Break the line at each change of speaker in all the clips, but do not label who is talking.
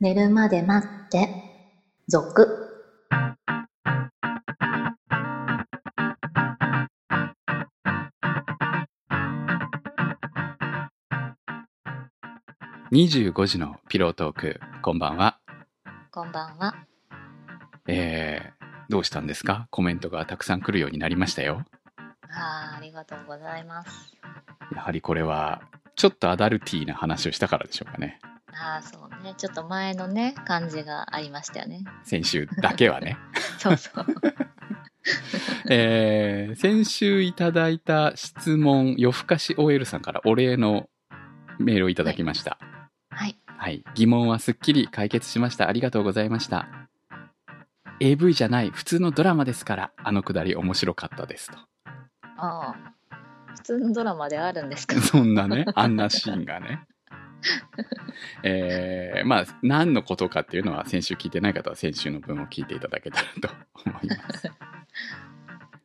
寝るまで待って、続。
25時のピロートーク、こんばんは。
こんばんは。
えー、どうしたんですかコメントがたくさん来るようになりましたよ。
あーありがとうございます。
やはりこれは、ちょっとアダルティーな話をしたからでしょうかね。
ああ、そうね。ちょっと前のね、感じがありましたよね。
先週だけはね。
そうそう。
えー先週いただいた質問、夜更かし OL さんからお礼のメールをいただきました。
はい。
はい、疑問はすっきり解決しました。ありがとうございました。AV じゃない普通のドラマですから、あのくだり面白かったですと。
ああ。普通のドラマであるんです か
そんなね、あんなシーンがね。 えーまあ何のことかっていうのは先週聞いてない方は先週の分を聞いていただけたらと思い ます。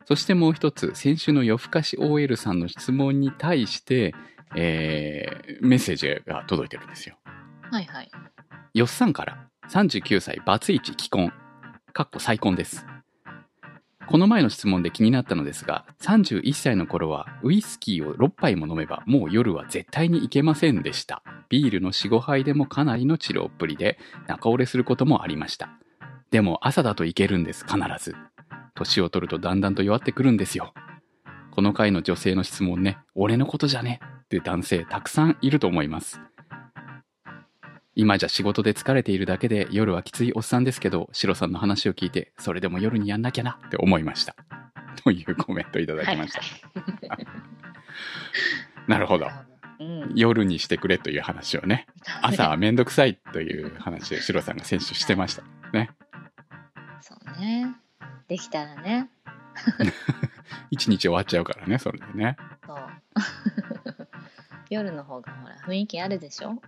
そしてもう一つ先週の夜更かし OL さんの質問に対して、えーメッセージが届いてるんですよ。
はいはい。
よっさんから39歳バツイチ既婚かっこ再婚ですこの前の質問で気になったのですが31歳の頃はウイスキーを6杯も飲めばもう夜は絶対に行けませんでしたビールの45杯でもかなりの治療っぷりで中折れすることもありましたでも朝だと行けるんです必ず年を取るとだんだんと弱ってくるんですよこの回の女性の質問ね俺のことじゃねって男性たくさんいると思います今じゃ仕事で疲れているだけで夜はきついおっさんですけど、シロさんの話を聞いて、それでも夜にやんなきゃなって思いました。というコメントいただきました。なるほど。
はい。うん。
夜にしてくれという話をね、朝はめんどくさいという話をシロさんが先週してました。
そうね。できたらね。
一日終わっちゃうからね、それでね。
そう。 夜の方がほら雰囲気あるでしょ。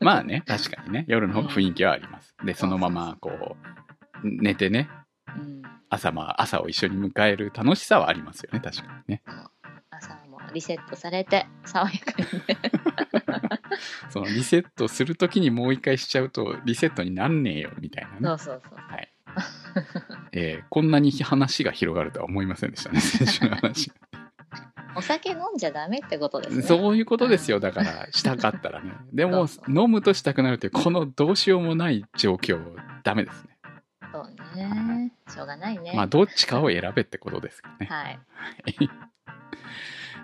まあね、確かにね、夜の方が雰囲気はあります。で、そのままこう、寝てね、
うん。
朝まあ、朝を一緒に迎える楽しさはありますよね、確かにね。
朝もリセットされて爽やかにね。
そのリセットするときにもう一回しちゃうとリセットになんねえよみたいな
そ
ね、
うそうそう。
えーこんなに話が広がるとは思いません でしたね先週の話
お酒飲んじゃダメってことですね。
そういうことですよだからしたかったらねでも
そうそう
飲むとしたくなるというこのどうしようもない状況ダメですね
そうね。しょうがないね。
まあどっちかを選べってことですかね
はい。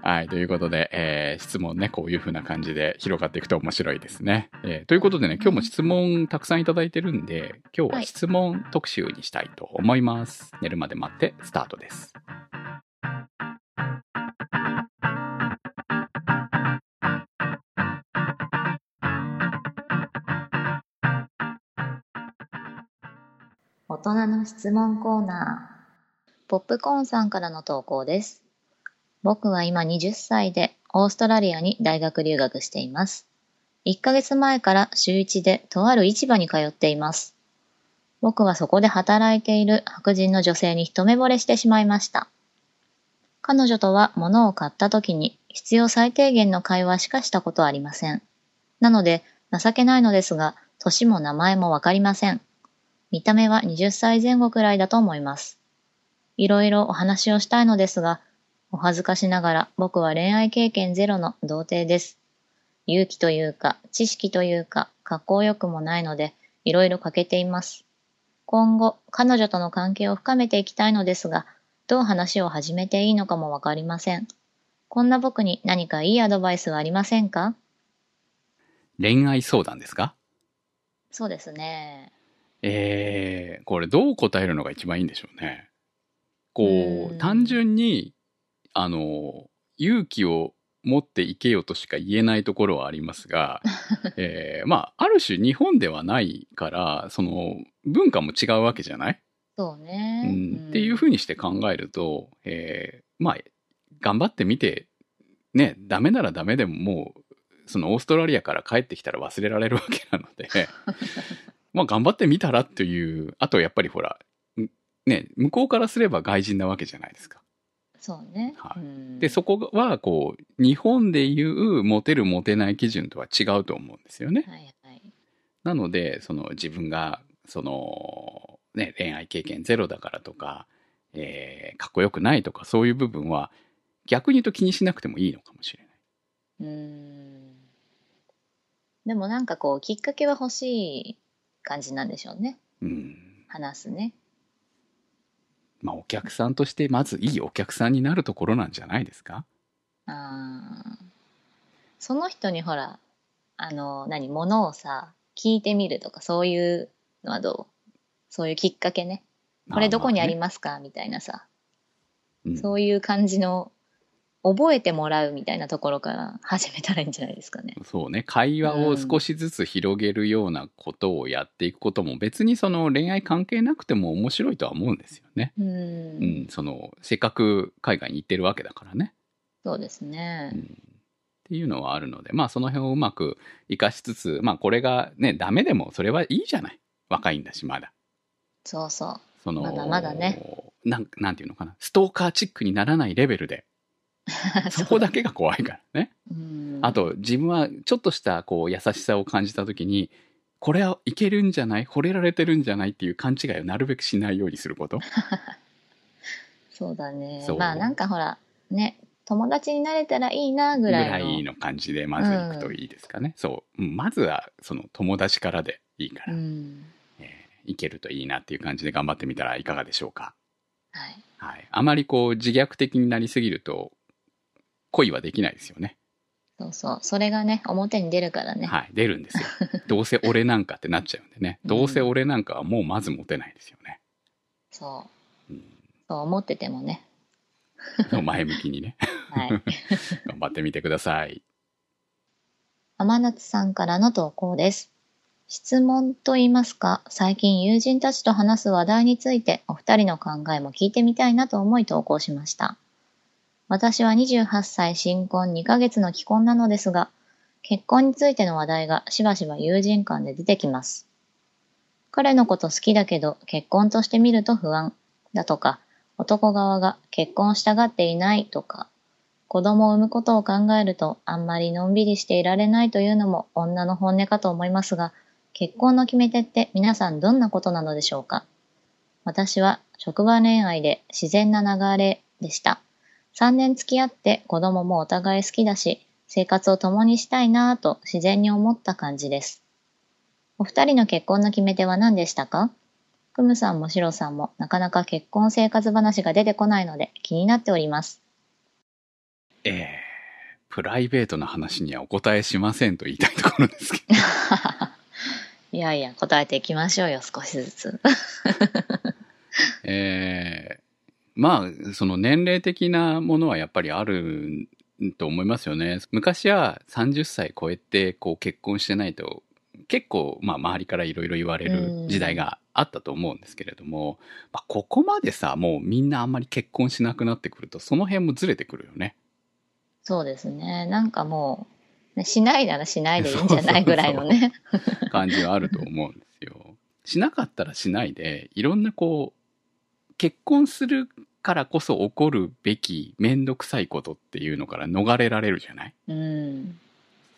はい。ということで、えー質問ね、こういう風な感じで広がっていくと面白いですね。えーということでね、今日も質問たくさんいただいてるんで、今日は質問特集にしたいと思います。寝るまで待って、スタートです。
大人の質問コーナーポップコーンさんからの投稿です僕は今20歳でオーストラリアに大学留学しています1ヶ月前から週1でとある市場に通っています僕はそこで働いている白人の女性に一目惚れしてしまいました彼女とは物を買った時に必要最低限の会話しかしたことはありませんなので情けないのですが年も名前もわかりません見た目は20歳前後くらいだと思います。いろいろお話をしたいのですが、お恥ずかしながら僕は恋愛経験ゼロの童貞です。勇気というか、知識というか、格好良くもないので、いろいろ欠けています。今後、彼女との関係を深めていきたいのですが、どう話を始めていいのかもわかりません。こんな僕に何かいいアドバイスはありませんか
恋愛相談ですか
そうですね。
えー、これどう答えるのが一番いいんでしょうね。こ
う
う、
ん
単純に、あの、勇気を持っていけよとしか言えないところはありま すが、えーまあ、ある種日本ではないから、その、文化も違うわけじゃない、
そう
う
ね。
ん、っていうふうにして考えると、えーまあ、頑張ってみて、ね、ダメならダメでももう、そのオーストラリアから帰ってきたら忘れられるわけなの で、まあ頑張ってみたらっていう、あとやっぱりほら、んね、向こうからすれば外人なわけじゃないですか。
そうね。
はい
うん
で、そこはこう、日本でいうモテるモテない基準とは違うと思うんですよね。
はいはい。
なので、その自分が、その、ね、恋愛経験ゼロだからとか、えーかっこよくないとか、そういう部分は、逆に言うと気にしなくてもいいのかもしれな
う
い。
ーんでもなんかこうきっかけは欲しい感じなんでしょうね
うん。
話すね
まあ、お客さんとして、まずいいお客さんになるところなんじゃないですか
あーその人にほらあの何物をさ聞いてみるとかそういうのはどうそういうきっかけねこれどこにあり
ま
ますかみたいなさ
す、うん
そういう感じの覚えてもらうみたいなところから始めたらいいんじゃないですかね
そうね会話を少しずつ広げるようなことをやっていくことも別にその恋愛関係なくても面白いとは思うんですよね。
うー
うんん、そのせっかく海外に行ってるわけだからね。
そうですね
うん、っていうのはあるのでまあその辺をうまく生かしつつまあこれがねダメでもそれはいいじゃない若いんだしまだ。
そうそ
その
まだまだね
なんなんていうのかなストーカーチックにならないレベル で
う
そこだけが怖いからね。
うん
あと自分はちょっとしたこう優しさを感じた時にこれはいけるんじゃない惚れられてるんじゃないっていう勘違いをなるべくしないようにすること、
そうだね
そう
まあなんかほらね友達になれたらいいなぐ
ぐ
らいの
らいの感じでまずいくといいですかね、そううんまずはその友達からでいいか
う
ら、
ん
いけるといいなっていう感じで頑張ってみたらいかがでしょうか、
はい
はい、あまりこう自虐的になりすぎると恋はできないですよね
そうそうそれがね表に出るからね、
はい出るんですよどうせ俺なんかってなっちゃうんで ねどうせ俺なんかはもうまずモテないですよね、
そう
うん
そう思っててもね
そう前向きにね
はい
頑張ってみてください。
天夏さんからの投稿です質問と言いますか最近友人たちと話す話題についてお二人の考えも聞いてみたいなと思い投稿しました私は28歳新婚2ヶ月の既婚なのですが結婚についての話題がしばしば友人間で出てきます彼のこと好きだけど結婚として見ると不安だとか男側が結婚したがっていないとか子供を産むことを考えるとあんまりのんびりしていられないというのも女の本音かと思いますが結婚の決め手って皆さんどんなことなのでしょうか私は職場恋愛で自然な流れでした3年付き合って子供もお互い好きだし生活を共にしたいなぁと自然に思った感じですお二人の結婚の決め手は何でしたかクムさんもシロさんもなかなか結婚生活話が出てこないので気になっております
えープライベートな話にはお答えしませんと言いたいところですけど。
いやいや、答えていきましょうよ、少しずつ。
えーまあ、その年齢的なものはやっぱりあると思いますよね。昔は30歳超えてこう結婚してないと結構まあ周りからいろいろ言われる時代があったと思うんですけれども、まあ、ここまでさ、もうみんなあんまり結婚しなくなってくるとその辺もずれてくるよね。
そうですね。なんかもう、ねしないならしないでいいんじゃないぐらいのね。
感じはあると思うんですよ。しなかったらしないで、いろんなこう、結婚するからこそ起こるべきめんどくさいことっていうのから逃れられるじゃない
うん。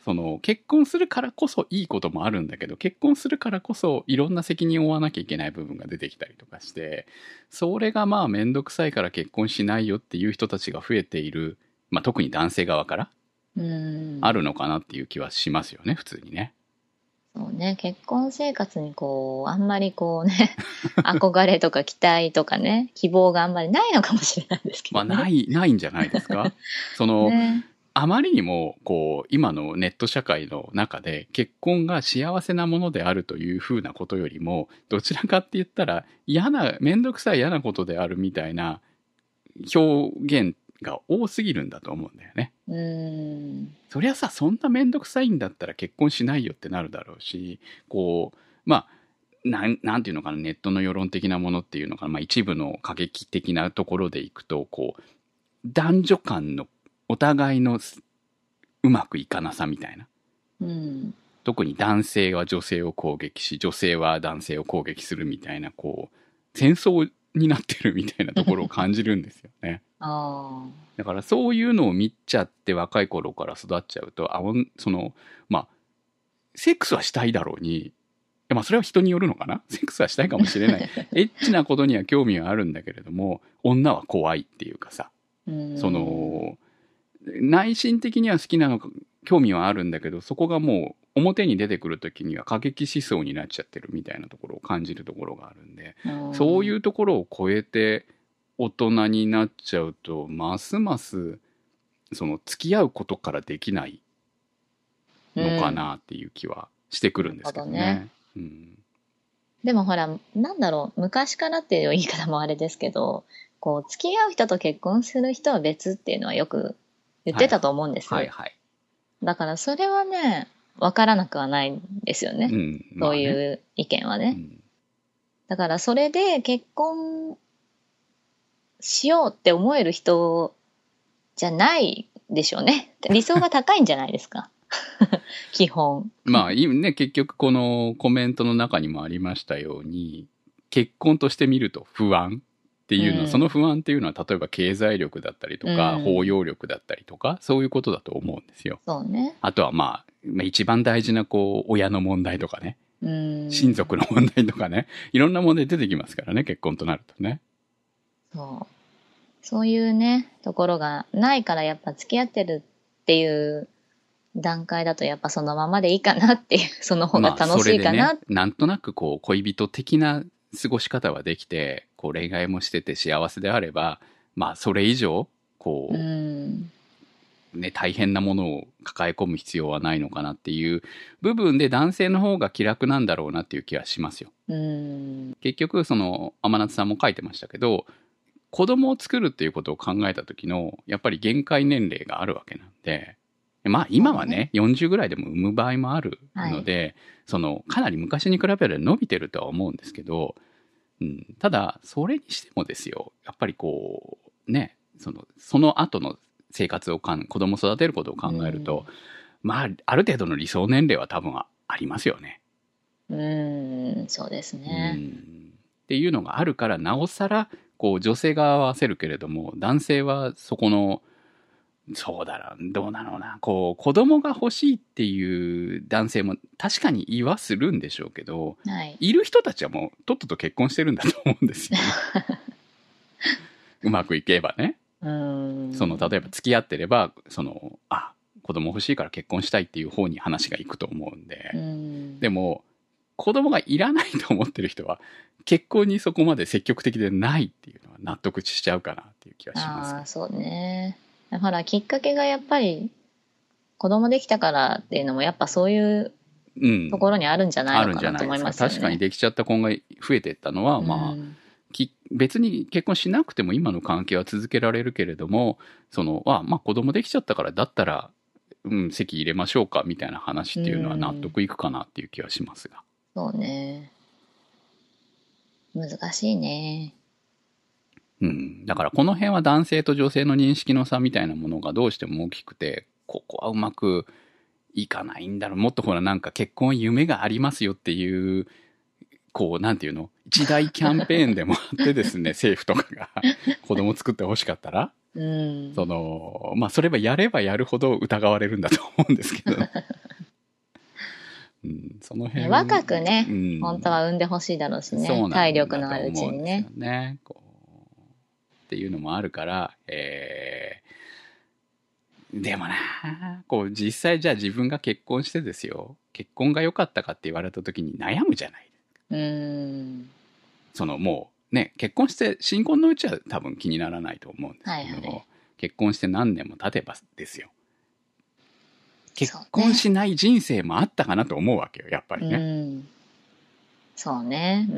その、結婚するからこそいいこともあるんだけど、結婚するからこそいろんな責任を負わなきゃいけない部分が出てきたりとかして、それがまあめんどくさいから結婚しないよっていう人たちが増えている、まあ特に男性側から
うん。
あるのかなっていう気はしますよね、普通にね。
そうね。結婚生活にこう、あんまりこうね、 憧れとか期待とかね、希望があんまりないのかもしれないですけ
ま
ど
あ
ね。
ない、ないんじゃないですかそ の、
ね。
あまりにも、こう、今のネット社会の中で、結婚が幸せなものであるというふうなことよりも、どちらかって言ったら、嫌な、めんどくさい嫌なことであるみたいな表現が多すぎるんだと思うんだよね。
うん。
そりゃさ、そんなめんどくさいんだったら結婚しないよってなるだろうし、こう、まあ、なん、なんていうのかな、ネットの世論的なものっていうのかな、まあ一部の過激的なところでいくと、こう、男女間のお互いのすうまくいかなさみたいな。
うん。
特に男性は女性を攻撃し、女性は男性を攻撃するみたいな、こう、戦争になってるみたいなところを感じるんですよね。
ああ。
だからそういうのを見ちゃって若い頃から育っちゃうと、あおんその、まあ、セックスはしたいだろうに、やまあそれは人によるのかな セックスはしたいかもしれないエッチなことには興味はあるんだけれども女は怖いっていうかさ
うん
そ、の内心的には好きなのか興味はあるんだけどそこがもう表に出てくる時には過激思想になっちゃってるみたいなところを感じるところがあるんでそういううところを超えて大人になっちゃうとますますその付き合うことからできないのかなっていう気はしてくるんですけど
なるほ
ね。うん
でもほら、なんだろう、昔からっていう言い方もあれですけど、こう、付き合う人と結婚する人は別っていうのはよく言ってたと思うんですよ。
はいはい。
だからそれはね、わからなくはないんですよね。
ん
そうい
ま
う意見は
あ
ね。
ねうん
だからそれで結婚しようって思える人じゃないでしょうね。理想が高いんじゃないですか。 基本。
まあいいね結局このコメントの中にもありましたように結婚として見ると不安っていうの
う
は、
ん
その不安っていうのは例えば経済力だったりとか、
うん
包容力だったりとかそういうことだと思うんですよ。
そうね。
あとはまあまあ一番大事なこう親の問題とかね
うん。
親族の問題とかね、いろんな問題出てきますからね、結婚となるとね。
そう。そういうね、ところがないからやっぱ付き合ってるっていう段階だとやっぱそのままでいいかなっていう、 その方が楽しいかな。
それでね、なんとなくこう、恋人的な過ごし方はできて、こう、恋愛もしてて幸せであれば、まあ、それ以上、こ
う
う、
ん。
ね、大変なものを抱え込む必要はないのかなっていう部分で男性の方が気楽なんだろうなっていう気はしますよ。
うん。
結局、その、天夏さんも書いてましたけど、子供を作るっていうことを考えた時の、やっぱり限界年齢があるわけなんで、まあ今はね、40ぐらいでも産む場合もあるので、その、かなり昔に比べれば伸びてるとは思うんですけど、うん、ただ、それにしてもですよ、やっぱりこう、ね、その、その後の生活をかん、子供育てることを考えると、まあ、ある程度の理想年齢は多分ありますよね。
うん、そうです
う
ね。
んっていうのがあるからなおさらこう女性側は焦るけれども男性はそこのそうだなどうなのなこう子供が欲しいっていう男性も確かに言わするんでしょうけど
はい。
いる人たちはもうとっとと結婚してるんだと思うんで すよ、ね。うまくいけばね。
うん。
その例えば付き合ってればそのあ子供欲しいから結婚したいっていう方に話がいくと思うんで。
うん
でも、子供がいらないと思ってる人は、結婚にそこまで積極的でないっていうのは納得しちゃうかなっていう気はします
ああ
ね。
ーそうねほらきっかけがやっぱり子供できたからっていうのもやっぱそういう
うん。
ところにあるんじゃな
あ
い
る
のか
んじゃ
な
な
と
い
思い
で
ますす
か。
よね。
確かにできちゃった婚が増えていったのは、まあ、
うん
き別に結婚しなくても今の関係は続けられるけれども、その、あ、まあ子供できちゃったから、だったら、うん、席入れましょうかみたいな話っていうのは納得いくかなっていう気はしますが。
そうね難しいね。
うん、だからこの辺は男性と女性の認識の差みたいなものがどうしても大きくてここはうまくいかないんだろうもっとほらなんか結婚は夢がありますよっていうこうなんていうの一大キャンペーンでもあってです ね政府とかが子供作ってほしかったら
うん、
そのまあそれはやればやるほど疑われるんだと思うんですけど、 うん、その辺
ね若くね
うん
本当は産んでほしいだろうしね
そうなんだ
体力のあるうちにね
と思うんですよねこうっていうのもあるから、えーでもなこう実際じゃあ自分が結婚してですよ結婚が良かったかって言われた時に悩むじゃない
うん
そのもうね結婚して新婚のうちは多分気にならないと思うんですけど、
はいはい
結婚して何年も経てばですよ結
そうね
婚しない人生もあったかなと思うわけよやっぱりね、
うんそうねうん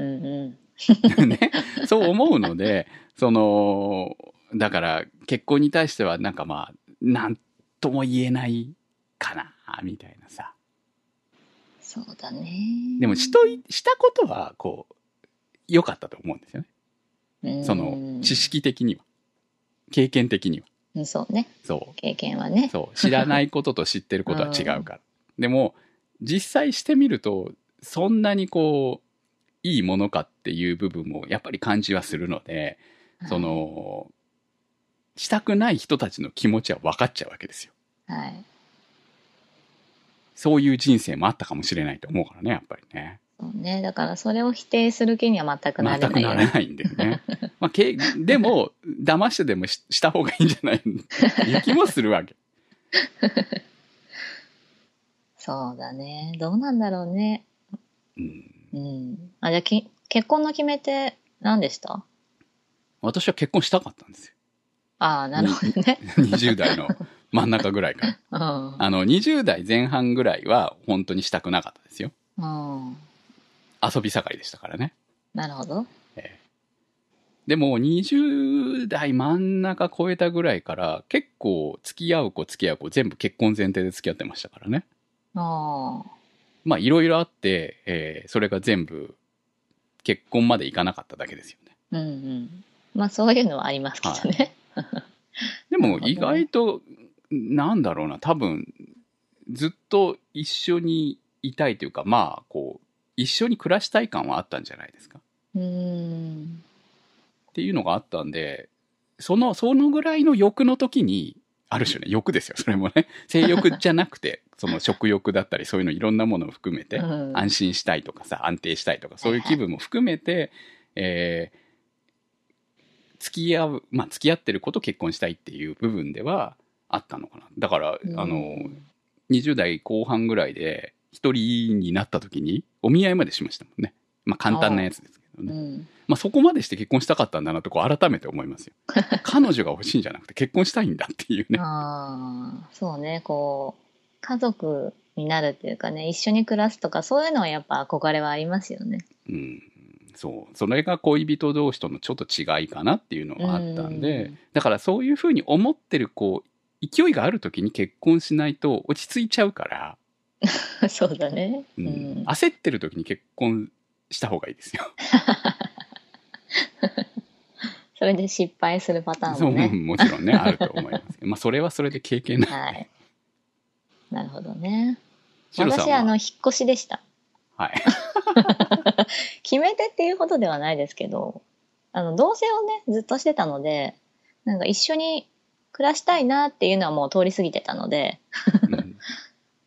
う
ね、 そう思うので、その、だから結婚に対してはなんかまあ、なんとも言えないかな、みたいなさ。
んそうだね
でもしとい、したことは、こう、良かったと思うんですよね。
うん
その、知識的には。経験的には。
うんそうね
そ
経験は
う。
ね
そう。知らないことと知ってることは違う から。でも、実際してみると、そんなにこう、いいものかっていう部分もやっぱり感じはするので、その、したくない人たちの気持ちは分かっちゃうわけですよ。
はい
そういう人生もあったかもしれないと思うからね、やっぱりね。
そうね、だからそれを否定する気には全くなれ
全
な
く
いよ
なれないんだよね。まあ、けでも、騙してでもしした方がいいんじゃないいう気もするわけ。
そうだねどうなんだろうね
うん、
うんあじゃあき結婚の決め手何でした
私は結婚したかったんですよ。
ああなるほどね
20代の真ん中ぐらいから。
うん
あの、20代前半ぐらいは本当にしたくなかったですよ。
うん
遊び盛りでしたからね。
なるほど
でも、20代真ん中超えたぐらいから、結構付き合う子付き合う子全部結婚前提で付き合ってましたからね。
あ
まあ、いろいろあって、えーそれが全部結婚までいかなかっただけですよね。
あうんうんまあそういうのはありますけどね、
で
なる
も
ほどね
意外と、なんだろうな、多分、ずっと一緒にいたいというか、まあ、こう、一緒に暮らしたい感はあったんじゃないですか。
うーん
っていうのがあったんで、その、そのぐらいの欲の時に、ある種ね、欲ですよ、それもね。性欲じゃなくて、その食欲だったり、そういうのいろんなものを含めて、
うん
安心したいとかさ安定したいとかそういう気分も含めて、えー付き合うまあ付き合ってること結婚したいっていう部分ではあったのかなだから、
うん
あの20代後半ぐらいで一人になった時にお見合いまでしましたもんねまあ簡単なやつですけど
う
ね
ん
まあそこまでして結婚したかったんだなとこう改めて思い ますよ彼女が欲しいんじゃなくて結婚したいんだっていうね
ああそうねこう家族になるっていうかね一緒に暮らすとかそういうのはやっぱ憧れはありますよね
うん、そうそれが恋人同士とのちょっと違いかなっていうのがあったんで、
うん
だからそういうふうに思ってるこう勢いがある時に結婚しないと落ち着いちゃうから、
そうだね
う
うんん、
焦ってる時に結婚した方がいいですよ。
それで失敗するパターン
そう
も
う
ね
んもちろんねあると思いますけどまあそれはそれで経験な
はいなるほどね
シロさん
私
は
あの引っ越しでした
はい、
決め手っていうほどではないですけどあの同棲をねずっとしてたのでなんか一緒に暮らしたいなっていうのはもう通り過ぎてたので
うん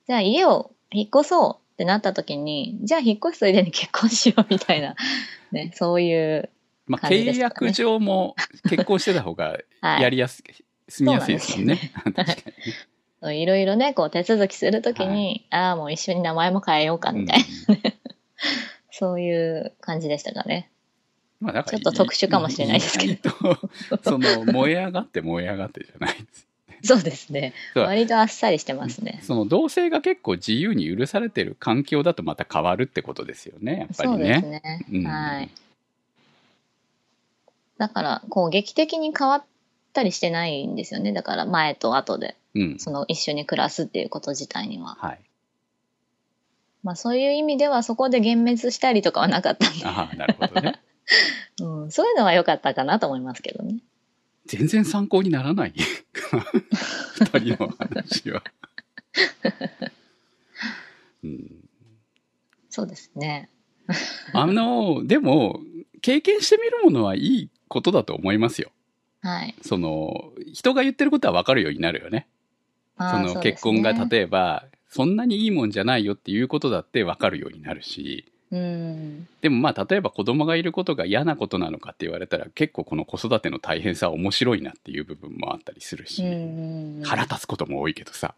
じゃあ家を引っ越そうってなった時にじゃあ引っ越すついでに結婚しようみたいな、 ね、そういう、
まあ
感じで
契
すかね
約上も結婚してた方が
は
や
い、
りやす、住みやすいですもんね。確か に
そういろいろねこう手続きする時に、ああもう一緒に名前も変えようかみたいな、
うん
そういう感じでしたかね
まあだから
ちょっと特殊かもしれないですけど
意外とその燃え上がって燃え上がってじゃない です
そうですね
そう
割とあっさりしてますね
その同性が結構自由に許されてる環境だとまた変わるってことですよねやっぱ
そ
り
うです
ね
ね。
うん
はい。だから、こう、劇的に変わったりしてないんですよね。だから、前と後で、
うん
その、一緒に暮らすっていうこと自体には。
はい
まあ、そういう意味では、そこで幻滅したりとかはなかった んで、
ああなるほどね
うん、そういうのは良かったかなと思いますけどね。
全然参考にならない 二人の話は、うん、
そうですね。
あのでも経験してみるものはいいことだと思いますよ
はい。
その人が言ってることは分かるようになるよねその結婚が
て、
例えばそんなにいいもんじゃないよっていうことだって分かるようになるし
うん。
でもまあ例えば子供がいることが嫌なことなのかって言われたら結構この子育ての大変さは面白いなっていう部分もあったりするし、
うん。
腹立つことも多いけどさ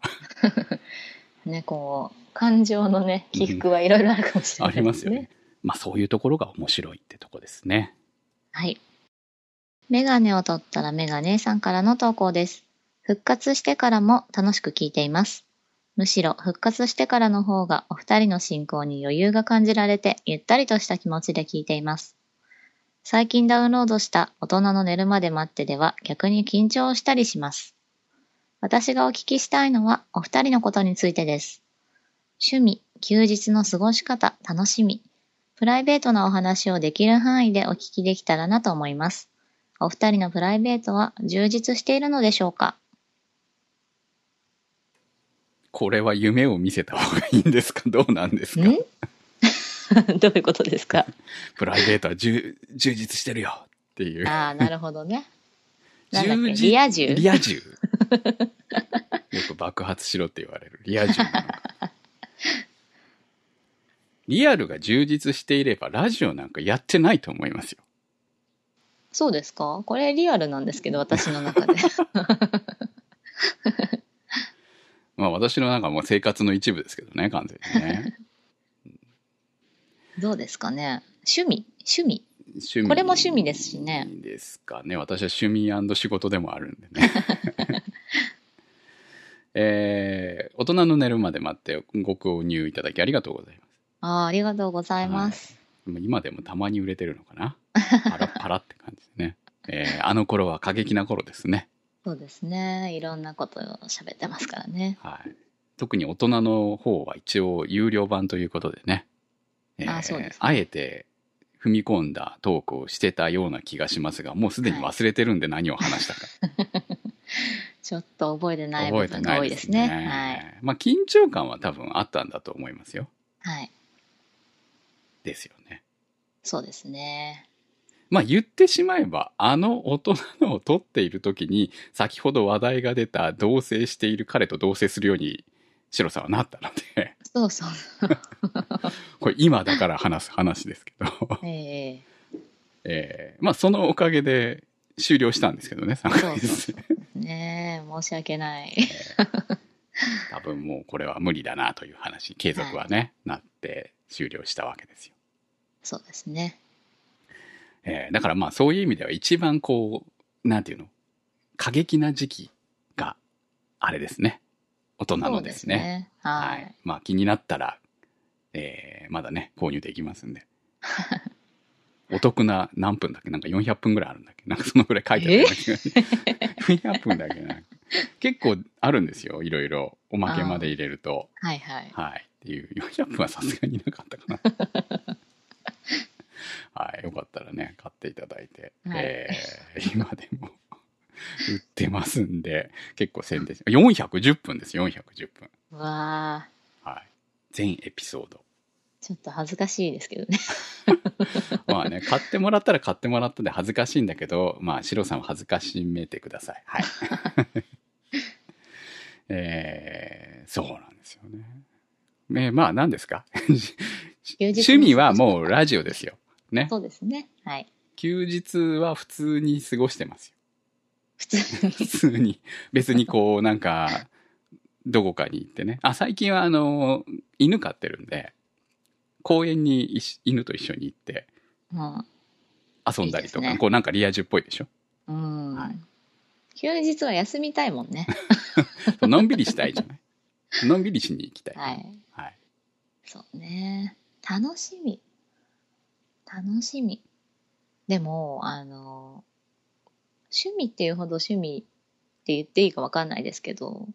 ね、こう、感情のね、起伏はいろいろあるかもしれ
あ
ない
り
で
ます
す
よ
ね。
ね。まあそういうところが面白いってとこですね。
はい。メガネを取ったらメガネさんからの投稿です。復活してからも楽しく聞いています。むしろ復活してからの方がお二人の進行に余裕が感じられてゆったりとした気持ちで聞いています。最近ダウンロードした大人の寝るまで待ってでは逆に緊張したりします。私がお聞きしたいのはお二人のことについてです。趣味、休日の過ごし方、楽しみ、プライベートなお話をできる範囲でお聞きできたらなと思います。お二人のプライベートは充実しているのでしょうか
これは夢を見せた方がいいんですかどうなんですか
どういうことですか
プライベートは充充実してるよっていう。
ああ、なるほど ね。なんだっけ
充実
リア充
リア充 よく爆発しろって言われるリア充なのかリアルが充実していればラジオなんかやってないと思いますよ。
そうですかこれリアルなんですけど、私の中で。
まあ私のなんかもう生活の一部ですけどね、完全にね。
どうですかね趣味趣味
趣味
これも趣味ですしね。
ですかね。私は趣味仕事でもあるんでね。 えー大人の寝るまで待ってご購入いただきありがとうございます。
ああ、ありがとうございます。
でも今でもたまに売れてるのかな。パラッ パラって感じでね。えーあの頃は過激な頃ですね。
そうですね。いろんなことを喋ってますからね。
はい。特に大人の方は一応有料版ということでね。え
あそうですね
あえて踏み込んだトークをしてたような気がしますが、もうすでに忘れてるんで何を話したか。
ちょっと覚えてない
覚
部
えて
分
な
が多
い
い
で
ですす
ね。
ね。はい。
まあ緊張感は多分あったんだと思いますよ。
はい。
ですよね。
そうですね。
まあ言ってしまえば、あの大人のを撮っている時に、先ほど話題が出た同棲している彼と同棲するように、シロさんはなったので、
そうそう。
これ今だから話す話ですけど。
ええ
えーまあそのおかげで終了したんですけどね
そ
3回
うそ
戦
うねえ、申し訳ない。
多分もうこれは無理だなという話継続はね、なって終了したわけですよ、
そうですね。
えーだからまあそういう意味では一番こうなんていうの過激な時期があれですね大人の
そう
ですね
ですね。
は
はいい。
まあ気になったら、えーまだね購入できますん でお得な何分だっけなんか400分ぐらいあるんだっけなんかそのぐらい書いてあるんだっ け400分だっけな結構あるんですよいろいろおまけまで入れると
はいはい。
はいっていう400分はさすがになかったかなはいよかったらね買っていただいて、
はい
えー今でも売ってますんで結構宣伝し410分です410分
うわあ、
はい。全エピソード。
ちょっと恥ずかしいですけどね。
まあね、買ってもらったら買ってもらったで恥ずかしいんだけど、まあ、シロさんを恥ずかしめてください。 はい。えー、そうなんですよね。ねまあ、何ですか趣味はもうラジオですよ。ね。
そうですね。はい。
休日は普通に過ごしてますよ。
普通
普
に。
通に。別にこう、なんか、どこかに行ってね。あ、最近はあの、犬飼ってるんで、公園に一緒犬と一緒に行って、
うん。
遊んだりとか
いいですね
こうなんかリア充っぽいでしょ
うん、
はい
休日は休みたいもんね。
そうのんびりしたいじ ゃないのんびりしに行きたい、
はい。
はい
そうね。楽しみ。楽しみ。でも、あの、趣味っていうほど趣味って言っていいかわかんないですけど、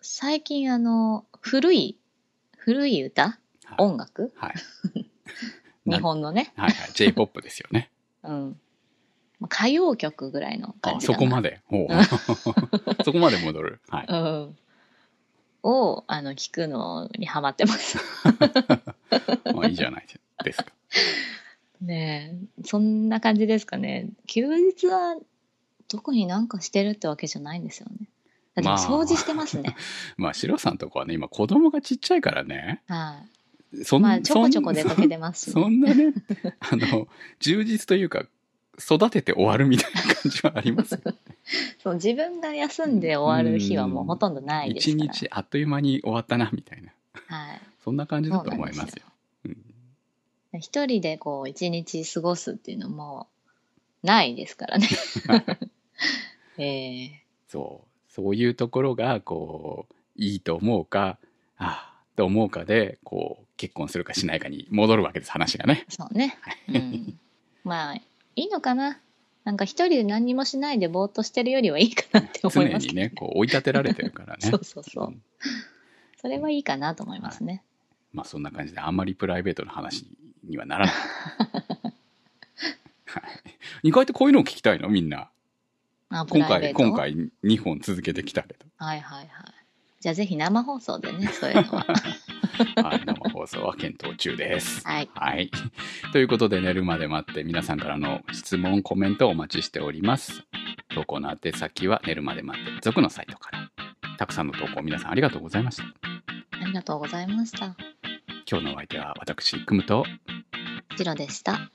最近あの、古い、古い歌
はい
音楽
はいな
日本のね。
はいはい J−POP ですよ ね
うん。まあ歌謡曲ぐらいの感
あ
じかな。
そこまで ほうそこまで戻るはい
うん。を、あの、聞くのにハマってます。
まあいいじゃないですか
ねえ、そんな感じですかね。休日は特になんかしてるってわけじゃないんですよね。あでも
まあ
掃除してます ね。
まあシロさんとこはね今子供がちっちゃいからね
はい、
そん
まあ、ちょこちょこ
そん
出かけてますし、
そんなねあの充実というか育てて終わるみたいな感じはありますよ
そう自分が休んで終わる日はもうほとんど ないです
一
から。
日あっという間に終わったなみたいな
はい。
そんな感じだと思いますようん
一人でこう一日過ごすっていうのもないですから ね。ええ
そう。そういうところが、こう、いいと思うか、ああ、と思うかで、こう、結婚するかしないかに戻るわけです、話がね。
そうね。うん、まあ、いいのかな。なんか一人で何にもしないでぼーっとしてるよりはいいかなって
常
思いますけ
に
ど
ね、こう、追い立てられてるから ね。
そ。うそうそううんそれはいいかなと思いますね。
まあ、そんな感じで、あんまりプライベートの話には ならない。はい。意外とこういうのを聞きたいのみんな。
あ、プ
今
ライベ
回、
ート。
今。回2本続けてきたけ
はいはいはい。じゃあぜひ生放送でね、そういうのは。
ど。はい。生放送は検討中です。
はい。
はい。ということで、寝るまで待って、皆さんからの質問、コメントをお待ちしております。投稿の宛先は、寝るまで待って、族のサイトから。たくさんの投稿、皆さんありがとうございました。
ありがとうございました。
今日のお相手は私、くむと
ジロでした。